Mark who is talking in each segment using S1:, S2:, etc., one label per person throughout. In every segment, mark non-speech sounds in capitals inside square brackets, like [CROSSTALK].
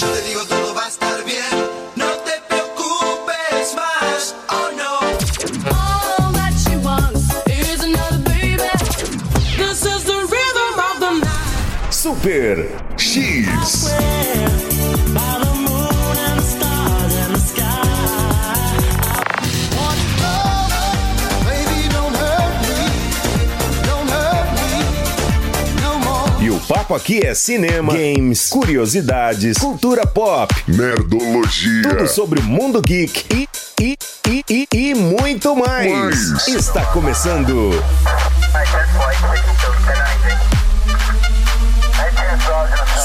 S1: Yo te digo todo va a estar bien, no te preocupes más, oh no.
S2: All that she wants is another baby. This is the rhythm of the night.
S3: Super X.
S1: Baby, don't hurt me, don't hurt me no more.
S3: E o papo aqui é cinema, games, curiosidades, cultura pop,
S4: Nerdologia.
S3: tudo sobre o mundo geek e, e, e, e, e muito mais.
S4: Mais.
S3: Está começando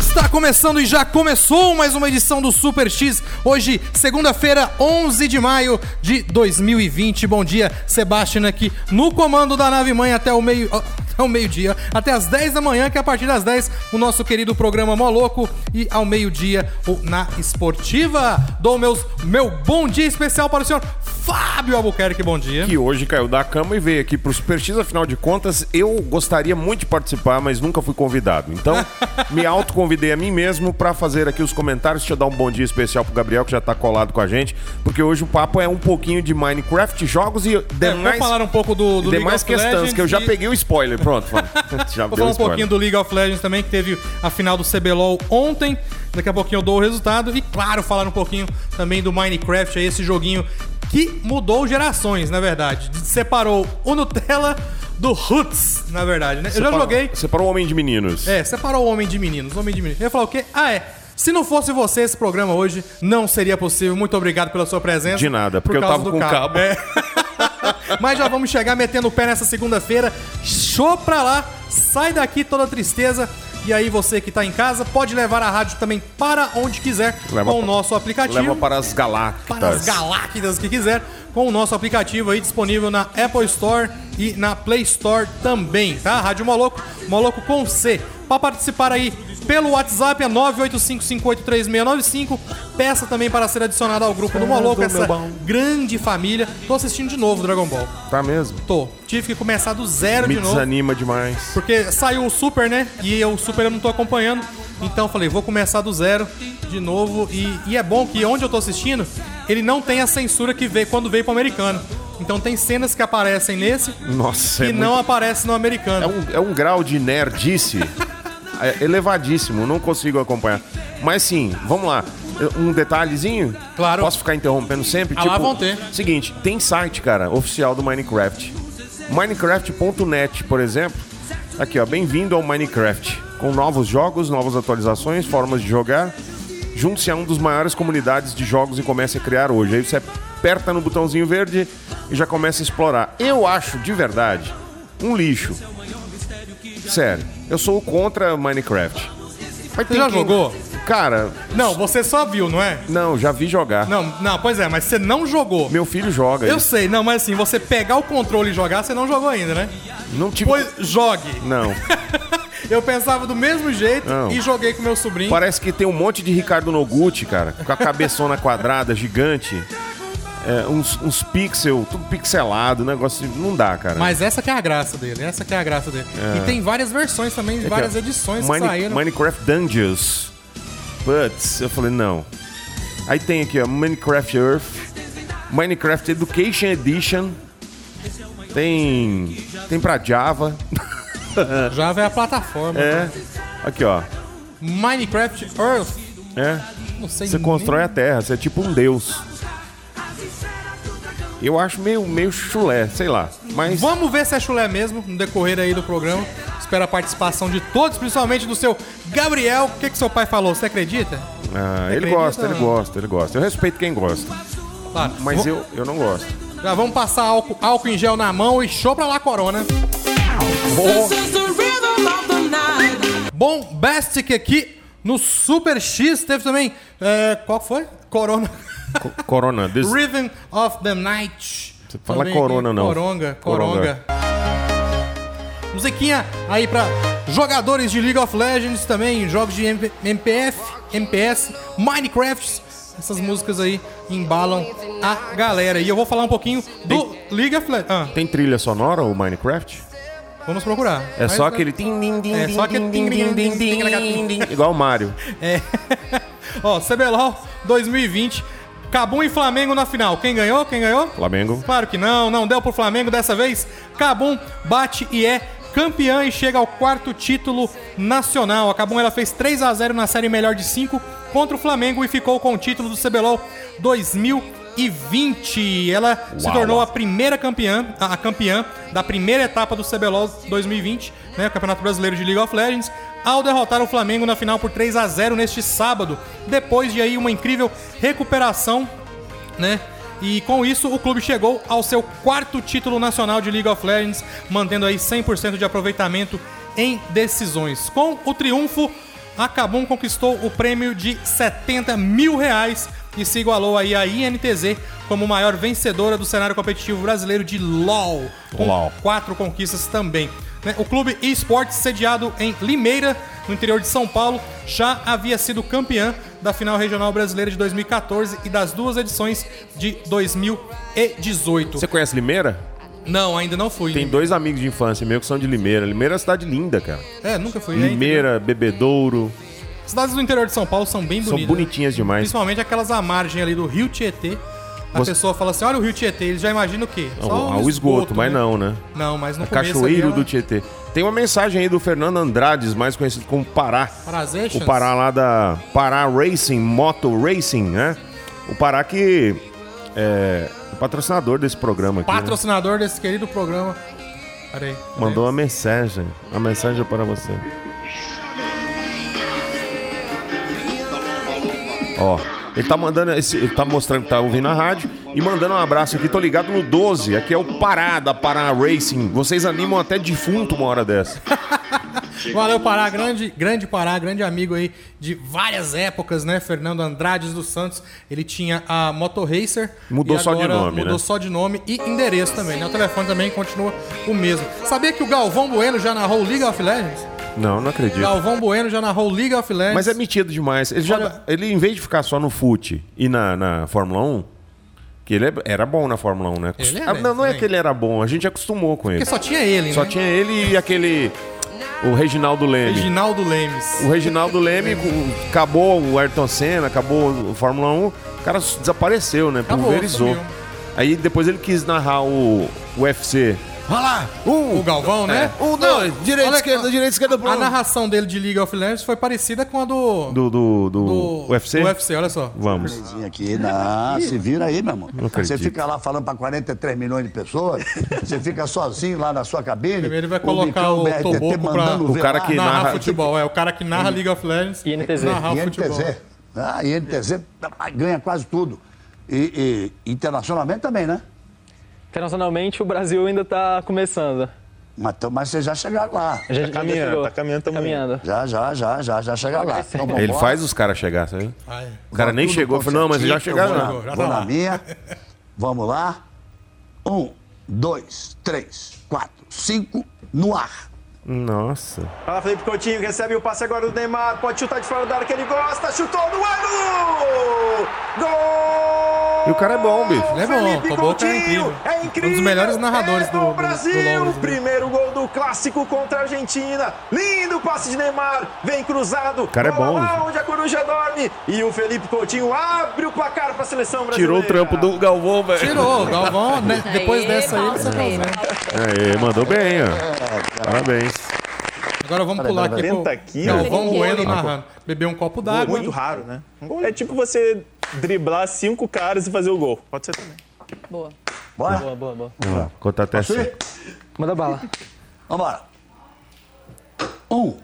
S5: Está começando e já começou mais uma edição do Super X. Hoje, segunda-feira, 11 de maio de 2020. Bom dia, Sebastian aqui no comando da nave mãe até o meio até o meio-dia, até as 10 da manhã, que é a partir das 10 o nosso querido programa Mó Louco e ao meio-dia o Na Esportiva. Dou meus meu bom dia especial para o senhor Fábio Albuquerque. Bom dia.
S6: que hoje caiu da cama e veio aqui pro Super X, afinal de contas, eu gostaria muito de participar, mas nunca fui convidado.
S5: [LAUGHS]
S6: Então, me autoconvidei a mim mesmo pra fazer aqui os comentários. Deixa eu dar um bom dia especial pro Gabriel, que já tá colado com a gente, porque hoje o papo é um pouquinho de Minecraft, jogos e
S5: É, vamos
S6: demais,
S5: falar um pouco do, do
S6: demais
S5: League of
S6: questões, que eu já
S5: Legends e-
S6: peguei o
S5: [LAUGHS]
S6: spoiler. Pronto, mano. já
S5: Vou
S6: deu
S5: falar
S6: o
S5: um pouquinho
S6: spoiler.
S5: do League of Legends também, que teve a final do CBLOL ontem. Daqui a pouquinho eu dou o resultado. E, claro, falar um pouquinho também do Minecraft, aí, esse joguinho que mudou gerações, na verdade. Separou o Nutella do Roots, na verdade, né? Eu já joguei.
S6: Separou um homem de meninos.
S5: É, separou o homem de meninos. Homem de meninos. Eu ia falar o quê? Ah, é. Se não fosse você, esse programa hoje não seria possível. Muito obrigado pela sua presença.
S6: De nada,
S5: Por
S6: porque eu
S5: causa
S6: tava
S5: do
S6: com o cabo.
S5: É. Mas já vamos chegar metendo o pé nessa segunda-feira. Show pra lá. Sai daqui toda tristeza. E aí você que tá em casa pode levar a rádio também para onde quiser
S6: Leva
S5: com o
S6: pra-
S5: nosso aplicativo
S6: Leva para as galáctas.
S5: para as galácticas que quiser, com o nosso aplicativo aí disponível na Apple Store e na Play Store também, tá? Rádio Moloco, Moloco com C. Para participar aí pelo WhatsApp é 985583695. Peça também para ser adicionado ao grupo do Moloco, essa grande família. Tô assistindo de novo Dragon Ball.
S6: Tá mesmo.
S5: Tô. Tive que começar do zero
S6: Me
S5: Tá de novo.
S6: desanima demais.
S5: Porque saiu o Super, né? E eu, o Super eu não tô acompanhando. Então eu falei, vou começar do zero de novo. E, e é bom que onde eu tô assistindo, ele não tem a censura que veio quando veio pro americano. Então tem cenas que aparecem nesse
S6: Nossa,
S5: e
S6: é muito
S5: não aparecem no
S6: É
S5: americano.
S6: um, é um grau de nerdice é elevadíssimo, não consigo acompanhar. Mas sim, vamos lá. Eu- Um detalhezinho?
S5: Claro.
S6: Posso ficar interrompendo sempre? Tipo,
S5: Ah, lá vão ter.
S6: Seguinte, tem site, cara, oficial do Minecraft. Minecraft.net, por exemplo. Aqui, ó, bem-vindo ao Minecraft. Com novos jogos, novas atualizações, formas de jogar. Junte-se a um dos maiores comunidades de jogos e comece a criar hoje. Aí você aperta no botãozinho verde e já começa a explorar. Eu acho, de verdade, um lixo. Sério, eu sou contra Minecraft. Mas tem
S5: já jogou?
S6: Cara,
S5: Não, você só viu, não é?
S6: não, já vi jogar.
S5: Não, não, pois é, mas você não jogou.
S6: Meu filho joga.
S5: Eu
S6: isso.
S5: sei, não, mas assim, você pegar o controle e jogar, você não jogou ainda, né?
S6: não tive.
S5: Pois jogue.
S6: Não.
S5: [LAUGHS] Eu pensava do mesmo jeito
S6: Não.
S5: e joguei com meu sobrinho.
S6: Parece que tem um monte de Ricardo Noguchi, cara, com a cabeçona quadrada, gigante. É, uns, uns pixel, tudo pixelado, um negócio. de- Não dá, cara.
S5: Mas essa que é a graça dele, essa que é a graça dele. E tem várias versões também,
S6: Aqui, ó,
S5: várias edições que
S6: Mine-
S5: saíram.
S6: É Minecraft Dungeons. Putz, eu falei, não. Aí tem aqui, ó, Minecraft Earth, Minecraft Education Edition. Tem. Tem pra Java.
S5: Java é a plataforma.
S6: É. Aqui, ó.
S5: Minecraft Earth.
S6: É.
S5: Não sei
S6: Você
S5: nem-
S6: constrói a terra, você é tipo um deus. Eu acho meio, meio chulé, sei lá. Mas.
S5: Vamos ver se é chulé mesmo no decorrer aí do programa. Espero a participação de todos, principalmente do seu Gabriel. O que, que seu pai falou? Você acredita?
S6: Ah,
S5: Você
S6: ele
S5: acredita
S6: gosta, ele
S5: ou não?
S6: gosta, ele gosta. Eu respeito quem gosta.
S5: Claro.
S6: Mas
S5: Vo-
S6: eu, eu não gosto.
S5: Já vamos passar álcool, álcool em gel na mão e show pra lá, Corona.
S2: This is the rhythm of the night.
S5: Bombastic aqui No Super X teve também. é, qual que foi? Corona.
S6: Co- Corona. This...
S5: Rhythm of the Night. Você
S6: fala corona, não.
S5: Coronga, coronga. Musiquinha aí pra jogadores de League of Legends também, jogos de MP, MPF, MPS, Minecraft. Essas músicas aí embalam a galera. E eu vou falar um pouquinho do League of Legends. Ah,
S6: Tem trilha sonora o Minecraft?
S5: vamos procurar.
S6: É só aquele. tim, tim, tim,
S5: É
S6: tim,
S5: só aquele.
S6: tim, tim, tim, tim, tim. Igual o Mario.
S5: É. [LAUGHS] Ó, CBLOL 2020. Cabum e Flamengo na final. Quem ganhou? Quem ganhou?
S6: Flamengo.
S5: Claro que não, não deu pro Flamengo dessa vez. Cabum bate e é campeã e chega ao quarto título nacional. A Cabum ela fez 3 a 0 na série melhor de 5 contra o Flamengo e ficou com o título do CBLOL 2020. Ela se
S6: Uau.
S5: tornou a primeira campeã, a a campeã da primeira etapa do CBLOL 2020, né, o Campeonato Brasileiro de League of Legends, ao derrotar o Flamengo na final por 3 a 0 neste sábado, depois de aí uma incrível recuperação, né? E com isso o clube chegou ao seu quarto título nacional de League of Legends, mantendo aí 100% de aproveitamento em decisões. Com o triunfo, a Kabum conquistou o prêmio de 70 mil reais e se igualou aí à INTZ como maior vencedora do cenário competitivo brasileiro de LOL, com
S6: LOL.
S5: quatro conquistas também. né? O clube eSports, sediado em Limeira, no interior de São Paulo, já havia sido campeã da final regional brasileira de 2014 e das duas edições de 2018.
S6: Você conhece Limeira?
S5: Não, ainda não fui. né?
S6: Tem dois amigos de infância meu que são de Limeira. Limeira é uma cidade linda, cara.
S5: É, nunca fui. né?
S6: Limeira, Bebedouro.
S5: Cidades do interior de São Paulo são bem
S6: São
S5: bonitas. né?
S6: bonitinhas demais.
S5: Principalmente aquelas à margem ali do Rio Tietê. A
S6: Você-
S5: pessoa fala assim: olha o Rio Tietê, eles já imaginam o quê?
S6: O, ah, o esgoto, mas
S5: né?
S6: não, né?
S5: Não, mas no começo
S6: Cachoeiro
S5: ali,
S6: do
S5: ela-
S6: Tietê. Tem uma mensagem aí do Fernando Andrades, mais conhecido como Pará.
S5: Parazetas?
S6: O Pará lá da Pará Racing, Moto Racing, né? O Pará que é o patrocinador desse programa aqui. né?
S5: Patrocinador desse querido programa. Peraí. peraí.
S6: Mandou uma mensagem. Uma mensagem para você. Ó, ele tá mandando esse, ele tá mostrando que tá ouvindo a rádio e mandando um abraço aqui. Tô ligado no 12, aqui é o Pará da Pará Racing. Vocês animam até defunto uma hora dessa.
S5: Valeu, Pará, grande, grande Pará, grande amigo aí de várias épocas, né? Fernando Andrades dos Santos. Ele tinha a Moto Racer.
S6: Mudou
S5: e
S6: só de
S5: agora
S6: nome,
S5: Mudou
S6: né?
S5: só de nome e endereço também, né? O telefone também continua o mesmo. Sabia que o Galvão Bueno já narrou League of Legends?
S6: Não, não acredito.
S5: Galvão Bueno já narrou League of Legends.
S6: Mas é metido demais. Ele, já,
S5: Olha-
S6: ele em vez de ficar só no fute e na, na Fórmula 1, que ele é- era bom na Fórmula 1, né?
S5: Ele
S6: Ah,
S5: era,
S6: não, não é
S5: também.
S6: que ele era bom, a gente acostumou com ele.
S5: Porque só tinha ele,
S6: Só
S5: né?
S6: tinha ele e aquele. O Reginaldo Leme.
S5: Reginaldo Lemes.
S6: O Reginaldo Leme com- acabou o Ayrton Senna, acabou o Fórmula 1. O cara s- desapareceu, né?
S5: Acabou,
S6: Pulverizou.
S5: sumiu.
S6: Aí depois ele quis narrar o UFC.
S5: Olha lá! o Galvão, né?
S6: Um, dois, direita,
S5: Olha-
S6: esquerda, direita, esquerda,
S5: A
S6: pronto.
S5: narração dele de League of Legends foi parecida com a do.
S6: Do, do, do, UFC?
S5: do UFC, olha só.
S6: Vamos.
S7: Coisinha aqui, não, se vira aí, meu amor.
S6: acredito.
S7: Você fica lá falando para 43 milhões
S5: [LAUGHS]
S7: de pessoas, você fica sozinho lá na sua cabine.
S5: Primeiro ele vai colocar o,
S7: Micão, BRTT,
S5: Toboco pra
S7: mandando ver
S6: O cara
S7: lá.
S6: que
S5: narrar
S6: narra-
S5: futebol. É, o cara que narra League of Legends tem que
S8: INTZ.
S5: narrar o futebol.
S7: INTZ. Ah, INTZ ganha quase tudo. E, e internacionalmente também, né?
S8: Internacionalmente, o Brasil ainda está começando.
S7: Mas, tam- mas vocês já chegaram lá.
S8: A gente ainda
S9: caminhando,
S8: chegou.
S9: tá caminhando, tamo
S8: caminhando.
S7: Já, já, já, já, já chegaram lá.
S8: é
S7: Então,
S6: Ele
S7: vambora.
S6: faz os caras chegar, sabe?
S5: Ai.
S6: O cara nem
S7: Tudo
S6: chegou, falou, não, mas já
S7: certinho,
S6: chegaram.
S7: eu
S6: lá.
S7: Vou,
S5: Já
S7: na,
S5: tá
S7: vou na
S5: lá.
S7: minha. Vamos lá. Um, dois, três, quatro, cinco, no ar.
S6: Nossa.
S9: Olha lá, Felipe Coutinho recebe o passe agora do Neymar. Pode chutar de fora da área que ele gosta. Chutou no aro! Gol!
S6: E o cara é bom, bicho.
S5: Ele é bom,
S9: Felipe
S5: o Toboca é
S9: Coutinho,
S5: incrível.
S9: É
S5: Um
S9: incrível.
S5: dos melhores narradores
S9: é
S5: do-
S9: gol
S5: do- do
S9: Brasil.
S5: Londres, né?
S9: Primeiro gol do clássico contra a Argentina. Lindo passe de Neymar. Vem cruzado. O
S6: cara é bom,
S9: Lá
S6: bicho.
S9: onde a coruja dorme. E o Felipe Coutinho abre o placar para a seleção brasileira.
S6: Tirou o trampo do Galvão, velho.
S5: Tirou, o Galvão, né? depois dessa aí, ele se aposenta.
S6: Aí, É, mandou bem, ó. Parabéns.
S5: Agora vamos pular aqui.
S9: Senta
S5: pro
S9: aqui,
S5: Galvão
S10: ó.
S5: Bueno narrando. Beber um copo d'água.
S9: Muito raro, né? Um gol é tipo você driblar cinco caras e fazer o gol. Pode ser também.
S10: Boa.
S7: Bora?
S8: Boa, boa, boa.
S6: Conta até assim.
S7: Sim?
S8: Manda bala.
S7: Vambora. Um,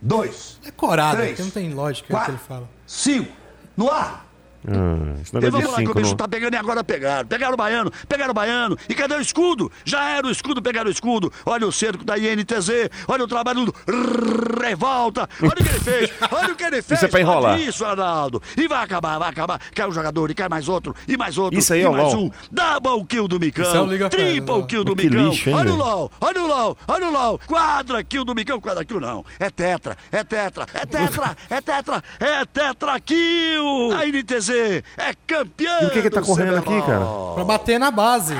S7: dois,
S5: É corado,
S7: Três,
S5: porque não tem lógica o que
S7: quatro.
S5: ele fala.
S7: cinco, no ar.
S6: Ah, esse
S7: Eles
S6: negócio
S7: vão
S6: de
S7: falar que o
S6: cinco
S7: bicho
S6: não-
S7: tá pegando e agora pegaram. Pegaram o baiano, pegaram o baiano. E cadê o escudo? Já era o escudo, pegaram o escudo. Olha o cerco da INTZ, olha o trabalho do Revolta. Olha o que ele fez, olha o que ele
S6: [LAUGHS]
S7: fez.
S6: é pra enrolar.
S7: Isso, Arnaldo. E vai acabar, vai acabar. Cai um jogador e cai mais outro, e mais outro.
S6: Isso aí
S7: e
S6: é o
S7: mais
S6: LOL.
S7: um. Double kill do Micão.
S5: Isso é o League of
S7: triple
S5: Legends,
S7: kill do
S6: Que
S7: Micão.
S6: lixo, hein,
S7: olha o
S6: velho?
S7: LOL, olha o LOL, olha o LOL. Quadra kill do Micão, quadra kill não. É tetra, é tetra, é tetra, é tetra, é tetra kill. A INTZ é campeã.
S6: E o que que tá
S7: do
S6: correndo
S7: CBLOL.
S6: aqui, cara?
S5: Pra bater na base.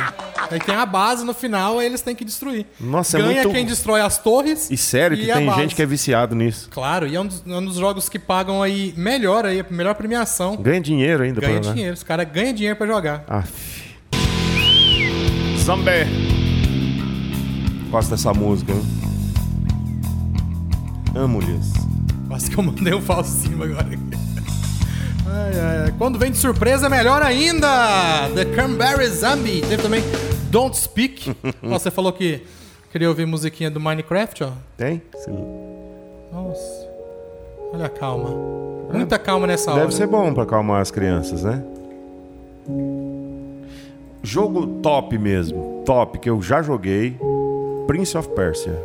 S5: Aí tem a base no final, aí eles têm que destruir.
S6: Nossa, é
S5: Ganha
S6: muito-
S5: quem destrói as torres.
S6: E sério que
S5: a
S6: tem
S5: base.
S6: gente que é viciado nisso.
S5: Claro, e é um dos, é um dos jogos que pagam aí melhor aí, a melhor premiação.
S6: Ganha dinheiro ainda
S5: Ganha
S6: pra jogar.
S5: dinheiro, os caras ganham dinheiro pra jogar.
S6: Aff. Zambé. Gosto dessa música, hein? Amo lhes
S5: Quase que eu mandei um falsinho agora. Ai, ai, ai. Quando vem de surpresa, melhor ainda! The Cranberry Zombie. Teve também Don't
S6: [LAUGHS]
S5: Speak. Ó, Você falou que queria ouvir musiquinha do Minecraft, ó.
S6: Tem? Sim.
S5: Nossa. Olha a calma. Muita calma nessa hora.
S6: Deve ser bom pra acalmar as crianças, né? Jogo top mesmo. Top, que eu já joguei. Prince of Persia.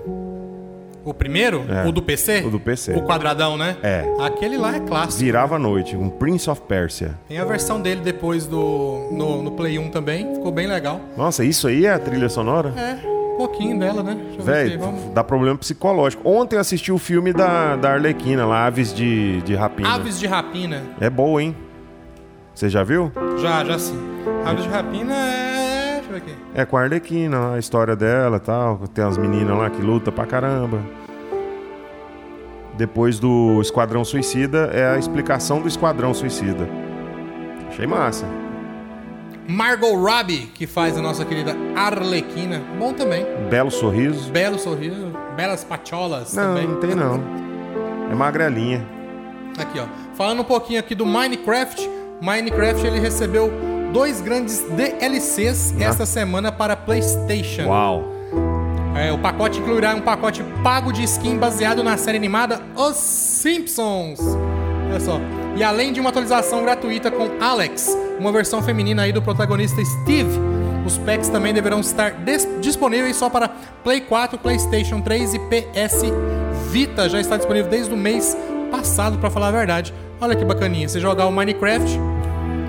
S5: O primeiro?
S6: É.
S5: O do PC?
S6: O do PC.
S5: O quadradão, né?
S6: É.
S5: Aquele lá é clássico.
S6: Virava a noite. Um Prince of Persia.
S5: Tem a versão dele depois do no, no Play 1 também. Ficou bem legal.
S6: Nossa, isso aí é a trilha sonora?
S5: É, um pouquinho dela, né? Deixa eu ver aqui,
S6: Velho,
S5: vamos.
S6: dá problema psicológico. Ontem eu assisti o filme da, da Arlequina, lá, Aves de, de Rapina.
S5: Aves de Rapina.
S6: É boa, hein? Você já viu?
S5: Já, já sim. Aves de Rapina é... Deixa eu ver aqui.
S6: É com a Arlequina, lá, a história dela e tal. Tem as meninas lá que lutam pra caramba. Depois do Esquadrão Suicida, é a explicação do Esquadrão Suicida. Achei massa.
S5: Margot Robbie, que faz a nossa querida Arlequina. Bom também.
S6: Belo sorriso.
S5: Belo sorriso, belas pacholas
S6: Não,
S5: também.
S6: não tem não. É magrelinha.
S5: [LAUGHS] Aqui, ó. Falando um pouquinho aqui do Minecraft. Minecraft, ele recebeu dois grandes DLCs
S6: Ah.
S5: esta semana para PlayStation.
S6: Uau.
S5: É, o pacote incluirá um pacote pago de skin baseado na série animada Os Simpsons. Olha só. E além de uma atualização gratuita com Alex, uma versão feminina aí do protagonista Steve. Os packs também deverão estar dis- disponíveis só para Play 4, PlayStation 3 e PS Vita. Já está disponível desde o mês passado, para falar a verdade. Olha que bacaninha. Você jogar o Minecraft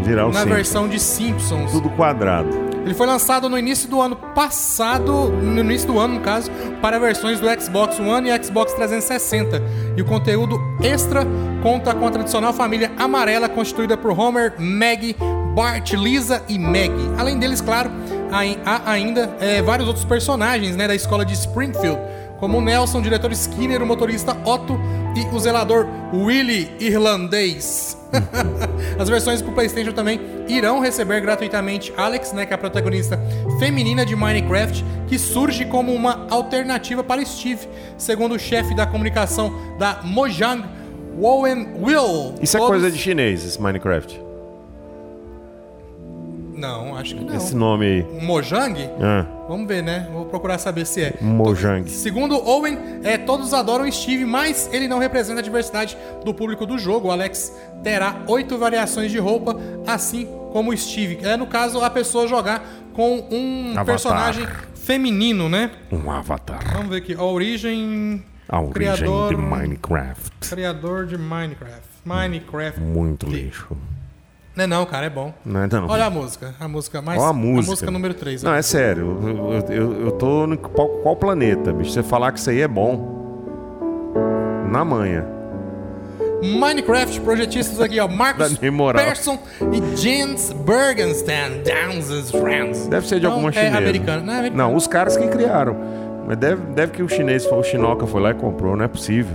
S6: Virar o
S5: na
S6: centro.
S5: versão de Simpsons.
S6: Tudo quadrado.
S5: Ele foi lançado no início do ano passado, no início do ano no caso, para versões do Xbox One e Xbox 360. E o conteúdo extra conta com a tradicional família amarela constituída por Homer, Maggie, Bart, Lisa e Maggie. Além deles, claro, ai- há ainda eh, vários outros personagens né, da escola de Springfield, como o Nelson, o diretor Skinner, o motorista Otto e o zelador Willy Irlandês. [LAUGHS] As versões pro PlayStation também irão receber gratuitamente Alex, né, que é a protagonista feminina de Minecraft, que surge como uma alternativa para Steve, segundo o chefe da comunicação da Mojang, Owen Will.
S6: Isso é
S5: Todos-
S6: coisa de chinês, esse Minecraft.
S5: Não, acho que não.
S6: Esse nome aí.
S5: Um Mojang?
S6: Ah,
S5: Vamos ver, né? Vou procurar saber se é.
S6: Um Mojang.
S5: Segundo Owen, é, todos adoram Steve, mas ele não representa a diversidade do público do jogo. O Alex terá oito variações de roupa, assim como o Steve. É, no caso, a pessoa jogar com um
S6: Avatar.
S5: personagem feminino, né?
S6: Um avatar.
S5: Vamos ver aqui. A origem...
S6: A origem
S5: criador, um
S6: de Minecraft.
S5: Criador de Minecraft. Minecraft.
S6: Muito lixo.
S5: Não é não, cara, é bom.
S6: Não é não.
S5: Olha a música. A música mais...
S6: Olha a música.
S5: A música número né? 3.
S6: Não, é sério. Eu, eu- eu- eu tô no qual, qual planeta, bicho? Você falar que isso aí é bom. Na manhã.
S5: Minecraft, projetistas aqui, ó. Marcos
S6: Dá nem moral.
S5: Persson e Jens Bergenstein. Downs Friends.
S6: Deve ser de
S5: Então,
S6: alguma chinesa.
S5: É americano. Não, é americano.
S6: Não, os caras que criaram. Mas deve, deve que o chinês, o chinoca foi lá e comprou, não é possível.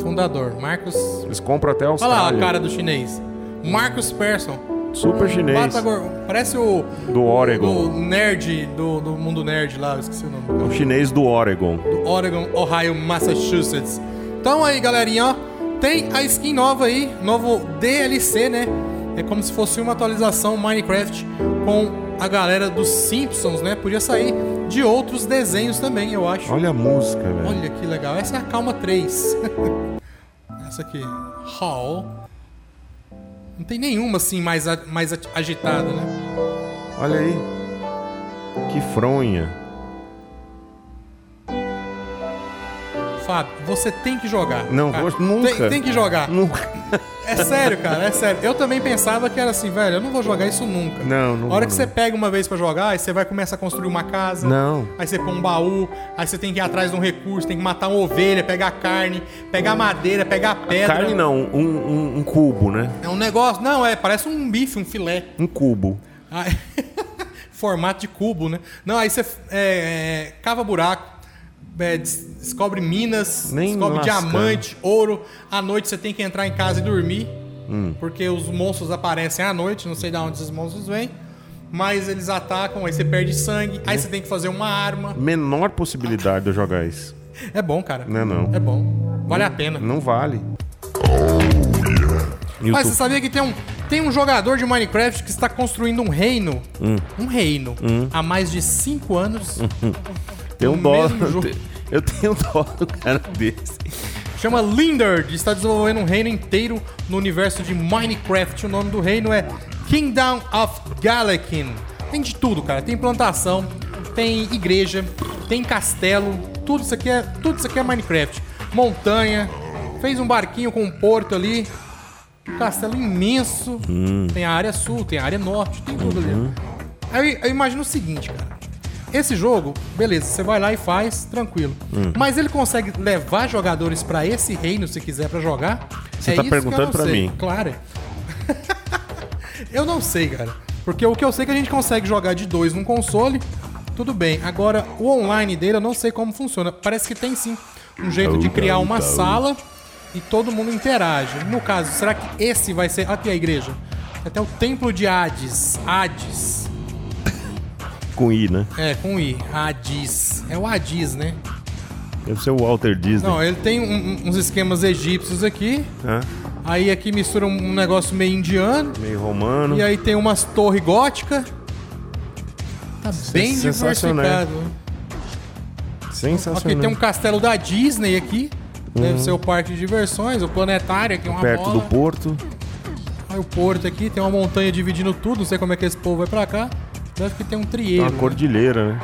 S5: Fundador, Marcos...
S6: Eles compram até a
S5: Olha lá
S6: Austrália.
S5: a cara do chinês. Marcos Persson.
S6: Super chinês.
S5: Batagor, parece o...
S6: É Do Oregon.
S5: Do nerd, do, do mundo nerd lá. Eu esqueci o nome.
S6: O chinês do Oregon.
S5: do Oregon, Ohio, Massachusetts. Então aí, galerinha, ó, tem a skin nova aí, novo DLC, né? É como se fosse uma atualização Minecraft com a galera dos Simpsons, né? Podia sair de outros desenhos também, eu acho.
S6: Olha a música, velho.
S5: Olha que legal. Essa é a [LAUGHS] Calma 3. Essa aqui. Hall. Não tem nenhuma assim mais, a- mais a- agitada, né?
S6: Olha aí. Que fronha.
S5: Fábio, você tem que jogar.
S6: Não,
S5: cara.
S6: vou- nunca.
S5: Tem, tem que jogar.
S6: Nunca.
S5: É sério, cara, é sério. Eu também pensava que era assim, velho, eu não vou jogar isso nunca.
S6: Não, não
S5: A hora que
S6: vou, não.
S5: você pega uma vez pra jogar, aí você vai começar a construir uma casa.
S6: Não.
S5: Aí você põe um baú, aí você tem que ir atrás de um recurso, tem que matar uma ovelha, pegar carne, pegar madeira, pegar pedra.
S6: Carne não, um, um- um cubo, né?
S5: É um negócio, não, é, parece um bife, um filé.
S6: Um cubo.
S5: Aí- [LAUGHS] Formato de cubo, né? Não, aí você é, é, cava buraco, é, des- descobre minas,
S6: Nem
S5: descobre
S6: lasca.
S5: diamante, ouro. À noite você tem que entrar em casa e dormir,
S6: Hum.
S5: porque os monstros aparecem à noite, não sei de onde esses monstros vêm. Mas eles atacam, aí você perde sangue,
S6: É.
S5: aí você tem que fazer uma arma.
S6: Menor possibilidade de eu jogar isso.
S5: É bom, cara.
S6: Não é não.
S5: É bom. Vale a pena.
S6: Não vale.
S5: Mas você
S6: YouTube.
S5: sabia que tem um, tem um jogador de Minecraft que está construindo um reino?
S6: Hum.
S5: Um reino. Há mais de 5 anos.
S6: Tem um
S5: no
S6: Hum, dó.
S5: mesmo jogo.
S6: Eu tenho dó do cara desse.
S5: Chama Lindard. Está desenvolvendo um reino inteiro no universo de Minecraft. O nome do reino é Kingdom of Galakin. Tem de tudo, cara. Tem plantação, tem igreja, tem castelo. Tudo isso aqui é, tudo isso aqui é Minecraft. Montanha. Fez um barquinho com um porto ali. Castelo imenso.
S6: Hum.
S5: Tem a área sul, tem a área norte, tem tudo
S6: Uhum.
S5: ali. Aí eu imagino o seguinte, cara. Esse jogo, beleza, você vai lá e faz, tranquilo.
S6: Hum.
S5: Mas ele consegue levar jogadores pra esse reino se quiser pra jogar? É Você
S6: tá perguntando pra mim.
S5: Claro. eu não sei, cara. Porque o que eu sei é que a gente consegue jogar de dois num console, tudo bem. Agora, o online dele eu não sei como funciona. Parece que tem sim um jeito
S6: Então,
S5: de criar uma sala e todo mundo interage. No caso, será que esse vai ser. Aqui a igreja. É Até o templo de Hades. Hades.
S6: Com I, né?
S5: É, com I. Hades. É o Hades, né?
S6: Deve ser o Walter Disney.
S5: Não, ele tem um- um- uns esquemas egípcios aqui.
S6: Hã?
S5: Aí aqui mistura um um negócio meio indiano.
S6: Meio romano.
S5: E aí tem umas torres góticas. Tá bem
S6: sensacional.
S5: diversificado. né?
S6: Sensacional. Uhum.
S5: Ok, tem um castelo da Disney aqui. Deve ser o parque de diversões, o planetário aqui, uma
S6: Perto
S5: bola.
S6: do porto.
S5: Aí o porto aqui, tem uma montanha dividindo tudo. Não sei como é que esse povo vai pra cá. Deve que tem um
S6: Tem
S5: trieiro,
S6: uma cordilheira, né?
S5: né,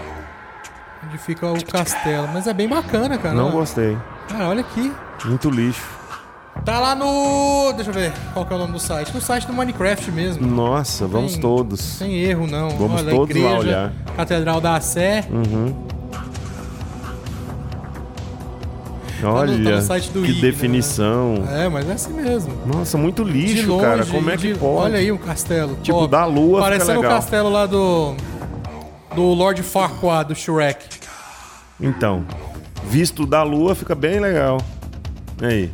S5: onde fica o castelo. Mas é bem bacana, cara.
S6: Não
S5: Olha-
S6: gostei.
S5: Cara, olha aqui.
S6: Muito lixo.
S5: Tá lá no. Deixa eu ver qual que é o nome do site. No site do Minecraft mesmo.
S6: Nossa, vamos
S5: Tem-
S6: todos.
S5: Sem erro, não.
S6: Vamos
S5: Olha,
S6: todos lá
S5: igreja,
S6: olhar. Uhum.
S5: Catedral da Sé. Tá
S6: Olha,
S5: no- tá no site do
S6: que
S5: IG, né?
S6: definição.
S5: É, mas é assim mesmo.
S6: Nossa, muito lixo, cara. Como é que
S5: de-
S6: pode?
S5: Olha aí o castelo.
S6: Tipo,
S5: top.
S6: da lua fica
S5: Parecendo o
S6: legal.
S5: castelo lá do. Do Lord Farquaad, do Shrek.
S6: Então, visto da lua fica bem legal. Aí,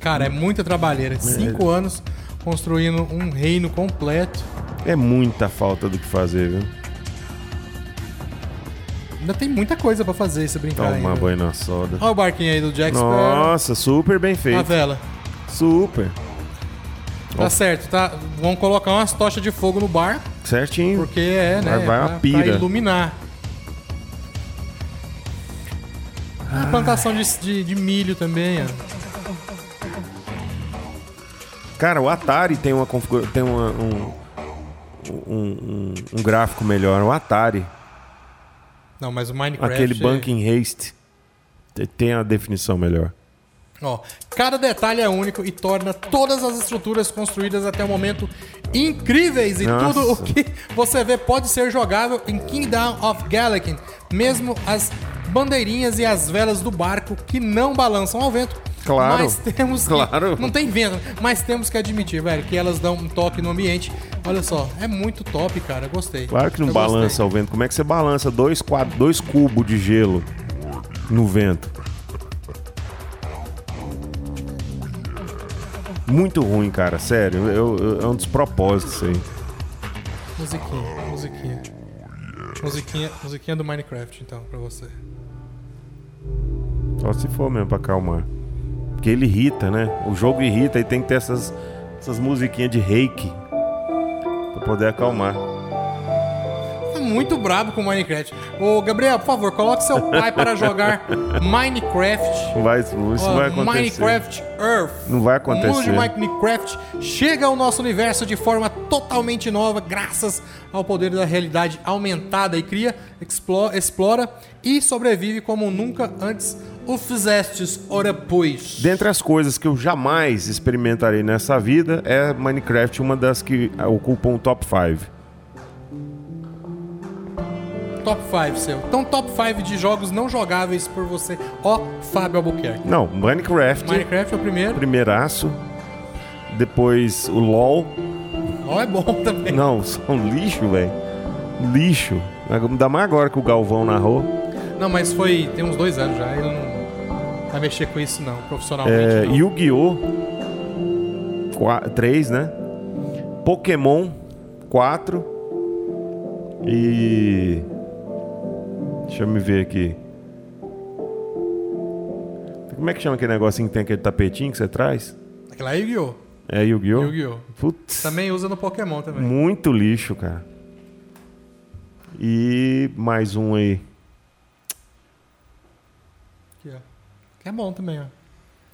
S5: Cara, é muita trabalheira. Cinco anos construindo um reino completo.
S6: é muita falta do que fazer, viu?
S5: Ainda tem muita coisa pra fazer se brincar
S6: Tomar
S5: ainda.
S6: banho na soda.
S5: Olha o barquinho aí do Jack Sparrow.
S6: Nossa, Tá super bem
S5: A
S6: feito.
S5: vela.
S6: Super.
S5: Tá certo, tá? Vamos colocar umas tochas de fogo no bar,
S6: Certinho.
S5: porque é, né?
S6: Vai- vai uma
S5: pra- Pra
S6: pira.
S5: iluminar. Ah, plantação de, de, de milho também, ó.
S6: Cara, o Atari tem uma configura... tem uma- um, um, um- um gráfico melhor. O Atari,
S5: Não, mas o Minecraft...
S6: aquele
S5: é-
S6: Banking Haste, te- tem a definição melhor.
S5: Ó, cada detalhe é único e torna todas as estruturas construídas até o momento incríveis. E
S6: Nossa.
S5: tudo o que você vê pode ser jogável em Kingdom of Galakin. Mesmo as bandeirinhas e as velas do barco que não balançam ao vento.
S6: Claro.
S5: Mas temos que-
S6: Claro.
S5: Não tem vento, mas temos que admitir, velho, que elas dão um toque no ambiente. Olha só, é muito top, cara. Gostei.
S6: Claro que não
S5: Eu gostei.
S6: balança ao vento. Como é que você balança dois, quad- dois cubos de gelo no vento? Muito ruim, cara. Sério, eu- eu- é um despropósito isso aí.
S5: Musiquinha, musiquinha. Musiquinha, musiquinha do Minecraft, então, pra você.
S6: Só se for mesmo pra acalmar. Porque ele irrita, né? O jogo irrita e tem que ter essas, essas musiquinhas de reiki pra poder acalmar.
S5: Tá muito brabo com Minecraft. Ô, Gabriel, por favor, coloque seu pai para jogar Minecraft.
S6: Não vai, isso
S5: Ó,
S6: vai acontecer.
S5: Minecraft Earth.
S6: Não vai
S5: O mundo de
S6: acontecer.
S5: Minecraft chega ao nosso universo de forma totalmente nova, graças ao poder da realidade aumentada e cria, explo- explora e sobrevive como nunca antes o fizestes, ora pois.
S6: Dentre as coisas que eu jamais experimentarei nessa vida, é Minecraft uma das que ocupam o top 5.
S5: Top 5, seu. Então, top 5 de jogos não jogáveis por você, ó, Fábio Albuquerque.
S6: Não, Minecraft,
S5: Minecraft é o primeiro.
S6: primeiraço. Depois o LOL.
S5: Ó, é bom também.
S6: Não, [LAUGHS] são lixo, velho. Lixo. Ainda mais agora que o Galvão narrou.
S5: Não, mas foi. Tem uns dois anos já. Ele não vai mexer com isso, não, profissionalmente.
S6: É,
S5: não.
S6: Yu-Gi-Oh! 3, né? Pokémon 4. E. Deixa eu me ver aqui. Como é que chama aquele negocinho que tem aquele tapetinho que você traz?
S5: Aquela é Yu-Gi-Oh!
S6: É Yu-Gi-Oh!
S5: Yu-Gi-Oh!
S6: Putz,
S5: Também usa no Pokémon também.
S6: muito lixo, cara. E mais um aí.
S5: Aqui, ó. Que é bom também, ó.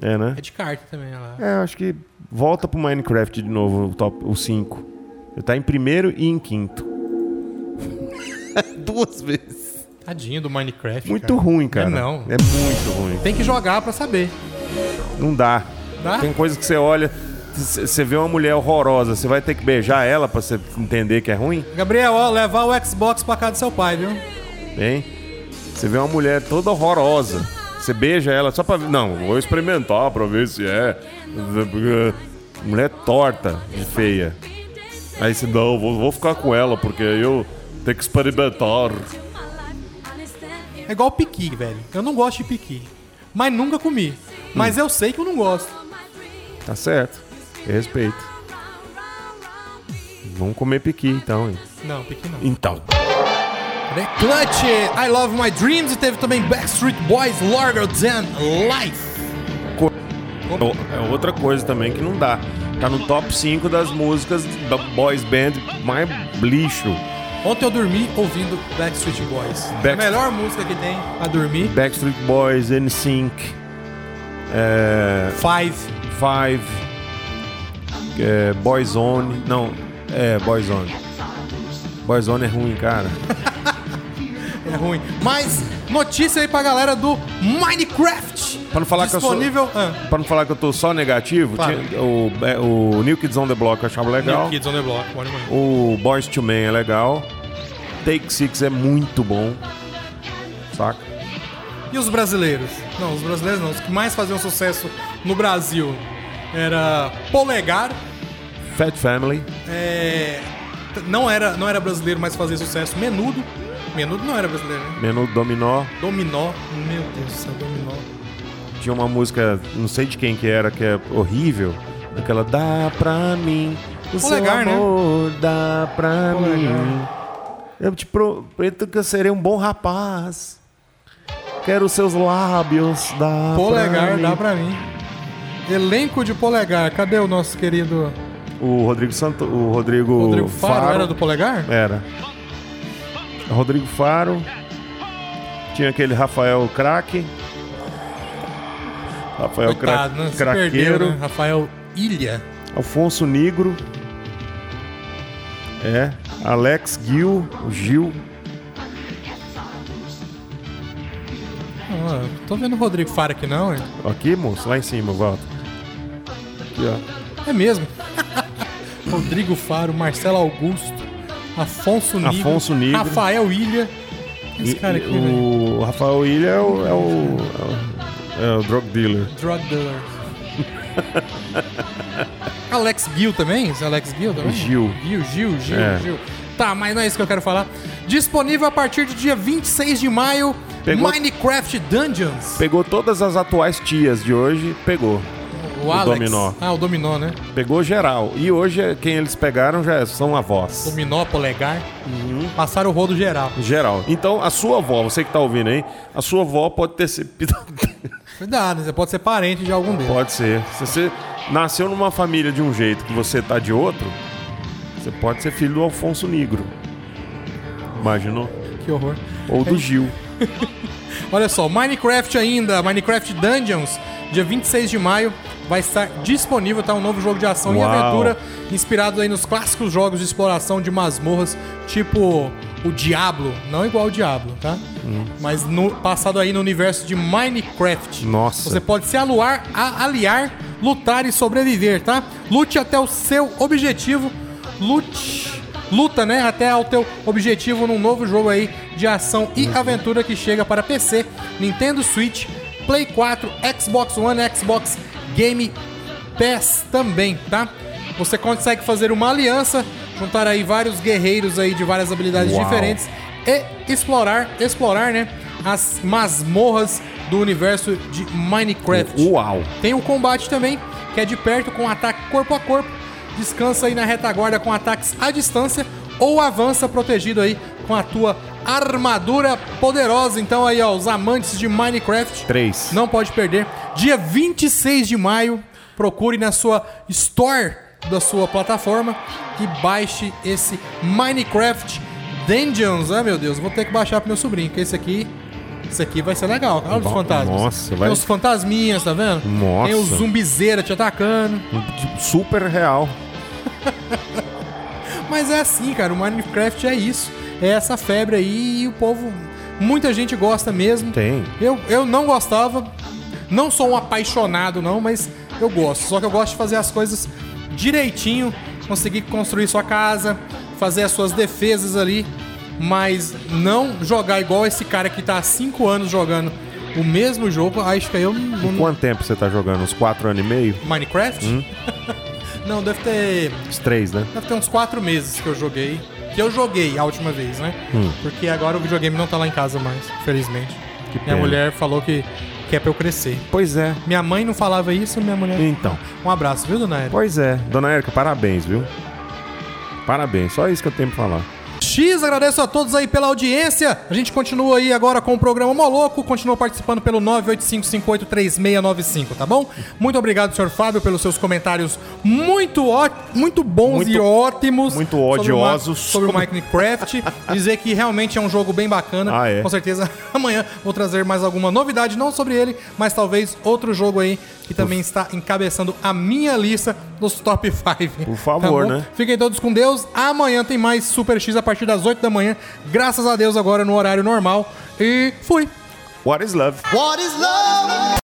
S6: É, né?
S5: É de carta também, ó lá.
S6: É, eu acho que volta pro Minecraft de novo, o top, o 5. Ele tá em primeiro e em quinto. Duas vezes.
S5: Tadinho do Minecraft.
S6: Muito
S5: cara.
S6: ruim, cara.
S5: É não.
S6: É muito ruim.
S5: Tem que jogar pra saber.
S6: Não dá.
S5: Dá?
S6: Tem coisa que você olha, c- você vê uma mulher horrorosa, você vai ter que beijar ela pra você entender que é ruim,
S5: Gabriel, ó, levar o Xbox pra casa do seu pai, viu?
S6: hein? Você vê uma mulher toda horrorosa, você beija ela só pra ver. Não, vou experimentar pra ver se é. Mulher torta e feia. Aí você, não, vou, vou ficar com ela, porque eu tenho que experimentar.
S5: É igual piqui, velho. Eu não gosto de piqui. Mas nunca comi. Mas eu sei que eu não gosto.
S6: Tá certo. Eu respeito. Vamos comer piqui então, hein?
S5: Não, piqui não.
S6: Então.
S5: The Clutch, I Love My Dreams. E teve também Backstreet Boys, Larger Than Life.
S6: O- É outra coisa também que não dá. Tá no top 5 das músicas da boys band mais lixo.
S5: Ontem eu dormi ouvindo Backstreet Boys.
S6: Back-
S5: A melhor música que tem pra dormir.
S6: Backstreet Boys, NSYNC, é,
S5: Five.
S6: Five, é, Boyzone. Não, é Boyzone. Boyzone é ruim, cara.
S5: É ruim. Mas notícia aí pra galera do Minecraft.
S6: Pra não falar que eu sou-
S5: Disponível... Ah.
S6: Pra não falar que eu tô só negativo,
S5: Claro.
S6: tinha- o, é, o New Kids on the Block eu achava legal.
S5: New Kids on the Block, One Man.
S6: O Boys to Men é legal. Take Six é muito bom. Saca?
S5: E os brasileiros? Não, os brasileiros não. Os que mais faziam sucesso no Brasil era Polegar.
S6: Fat Family.
S5: é, t- Não, era, não era brasileiro, mas fazia sucesso. Menudo. Menudo não era brasileiro, né?
S6: Menu Dominó.
S5: Dominó. Meu Deus do céu, Dominó.
S6: Tinha uma música, não sei de quem que era, que é horrível. Aquela dá pra mim. O
S5: Polegar,
S6: seu
S5: né?
S6: amor dá pra
S5: Polegar.
S6: mim. Eu te prometo que eu serei um bom rapaz. Quero seus lábios dá Tá pra
S5: Polegar,
S6: mim.
S5: dá pra mim. Elenco de Polegar. Cadê o nosso querido
S6: O Rodrigo Santo, o Rodrigo,
S5: Rodrigo Faro? Era do Polegar?
S6: Era. Rodrigo Faro. Tinha aquele Rafael Craque. Rafael É Cra
S5: Coitado, né? Se
S6: Craqueiro.
S5: perdeu, né? Rafael Ilha.
S6: Alfonso Negro. É. Alex Gil. o Gil.
S5: Ah, tô vendo o Rodrigo Faro aqui não, hein?
S6: Aqui, moço, lá em cima, volta. Aqui, ó.
S5: É mesmo. [LAUGHS] Rodrigo Faro, Marcelo Augusto, Afonso Nigro,
S6: Afonso Nigro.
S5: Rafael Ilha. Esse
S6: E-
S5: cara
S6: e
S5: aqui, velho.
S6: o Rafael Ilha é o, é o, é o, é o drug dealer.
S5: Drug dealer. Alex Gil também? Esse Alex Gil também?
S6: Gil.
S5: Gil, Gil, Gil,
S6: É.
S5: Gil. Tá, mas não é isso que eu quero falar. Disponível a partir do dia 26 de maio,
S6: Pegou-
S5: Minecraft Dungeons.
S6: Pegou todas as atuais tias de hoje, pegou.
S5: o Alex.
S6: dominó.
S5: Ah, o dominó, né?
S6: Pegou geral. E hoje é, quem eles pegaram já é, são avós.
S5: Dominó, polegar.
S6: Uhum.
S5: Passaram o rodo geral.
S6: Geral. Então, a sua avó, você que tá ouvindo aí, a sua avó pode ter sido. [LAUGHS]
S5: Cuidado, né? você pode ser parente de algum deles.
S6: pode ser. Se você nasceu numa família de um jeito que você tá de outro, você pode ser filho do Alfonso Negro. Imaginou?
S5: Que horror.
S6: Ou do Gil.
S5: Olha só, Minecraft ainda, Minecraft Dungeons, dia 26 de maio, vai estar disponível, tá? Um novo jogo de ação e
S6: Uau.
S5: aventura, inspirado aí nos clássicos jogos de exploração de masmorras, tipo o Diablo, não igual o Diablo, tá? Mas no, passado aí no universo de Minecraft.
S6: Nossa.
S5: Você pode se aluar, a- aliar, lutar e sobreviver, tá? Lute até o seu objetivo. Lute. Luta, né? Até ao teu objetivo num novo jogo aí de ação e aventura que chega para PC, Nintendo Switch, Play 4, Xbox One, Xbox Game Pass também, tá? Você consegue fazer uma aliança, juntar aí vários guerreiros aí de várias habilidades
S6: Uau.
S5: diferentes e explorar, explorar, né, as masmorras do universo de Minecraft.
S6: Uau!
S5: Tem o combate também, que é de perto com ataque corpo a corpo. Descansa aí na retaguarda com ataques à distância ou avança protegido aí com a tua armadura poderosa. Então aí, ó, os amantes de Minecraft
S6: Três.
S5: não pode perder. Dia 26 de maio, procure na sua store da sua plataforma e baixe esse Minecraft Dungeons. Ah, meu Deus, vou ter que baixar pro meu sobrinho, porque esse aqui. Isso aqui vai ser legal. Olha os
S6: Ba-
S5: fantasmas.
S6: nossa, vai-
S5: Tem os fantasminhas, tá vendo?
S6: Nossa.
S5: Tem o zumbizeira te atacando.
S6: Tipo, Super real.
S5: Mas é assim, cara, o Minecraft é isso. É essa febre aí e o povo. Muita gente gosta mesmo.
S6: Tem.
S5: Eu, eu não gostava. Não sou um apaixonado, não, mas eu gosto. Só que eu gosto de fazer as coisas direitinho, conseguir construir sua casa, fazer as suas defesas ali, mas não jogar igual esse cara que tá há 5 anos jogando o mesmo jogo. Acho que aí eu não- não,
S6: Quanto tempo você tá jogando? Uns quatro anos e meio?
S5: Minecraft?
S6: Hum.
S5: [LAUGHS] não, deve ter.
S6: Uns três, né?
S5: Deve ter uns quatro meses que eu joguei. Que eu joguei a última vez, né?
S6: Hum.
S5: Porque agora o videogame não tá lá em casa mais, infelizmente. minha
S6: pena.
S5: mulher falou que quer pra eu crescer.
S6: Pois é.
S5: Minha mãe não falava isso, minha mulher.
S6: Então.
S5: Um abraço, viu, dona Erika?
S6: Pois é. Dona Érica, parabéns, viu? Parabéns. Só isso que eu tenho pra falar.
S5: X, agradeço a todos aí pela audiência. A gente continua aí agora com o programa Moloco, continua participando pelo 985583695, tá bom? Muito obrigado, senhor Fábio, pelos seus comentários muito, ó- muito bons
S6: Muito-
S5: e ótimos.
S6: muito
S5: sobre o Ma-
S6: odiosos.
S5: Sobre o Minecraft.
S6: [LAUGHS]
S5: Dizer que realmente é um jogo bem bacana.
S6: Ah, é?
S5: Com certeza [LAUGHS] amanhã vou trazer mais alguma novidade, não sobre ele, mas talvez outro jogo aí que também está encabeçando a minha lista dos top 5.
S6: Por favor,
S5: Tá bom?
S6: né?
S5: Fiquem todos com Deus. Amanhã tem mais Super X a partir das 8 da manhã. Graças a Deus, agora no horário normal. E fui!
S6: What is love?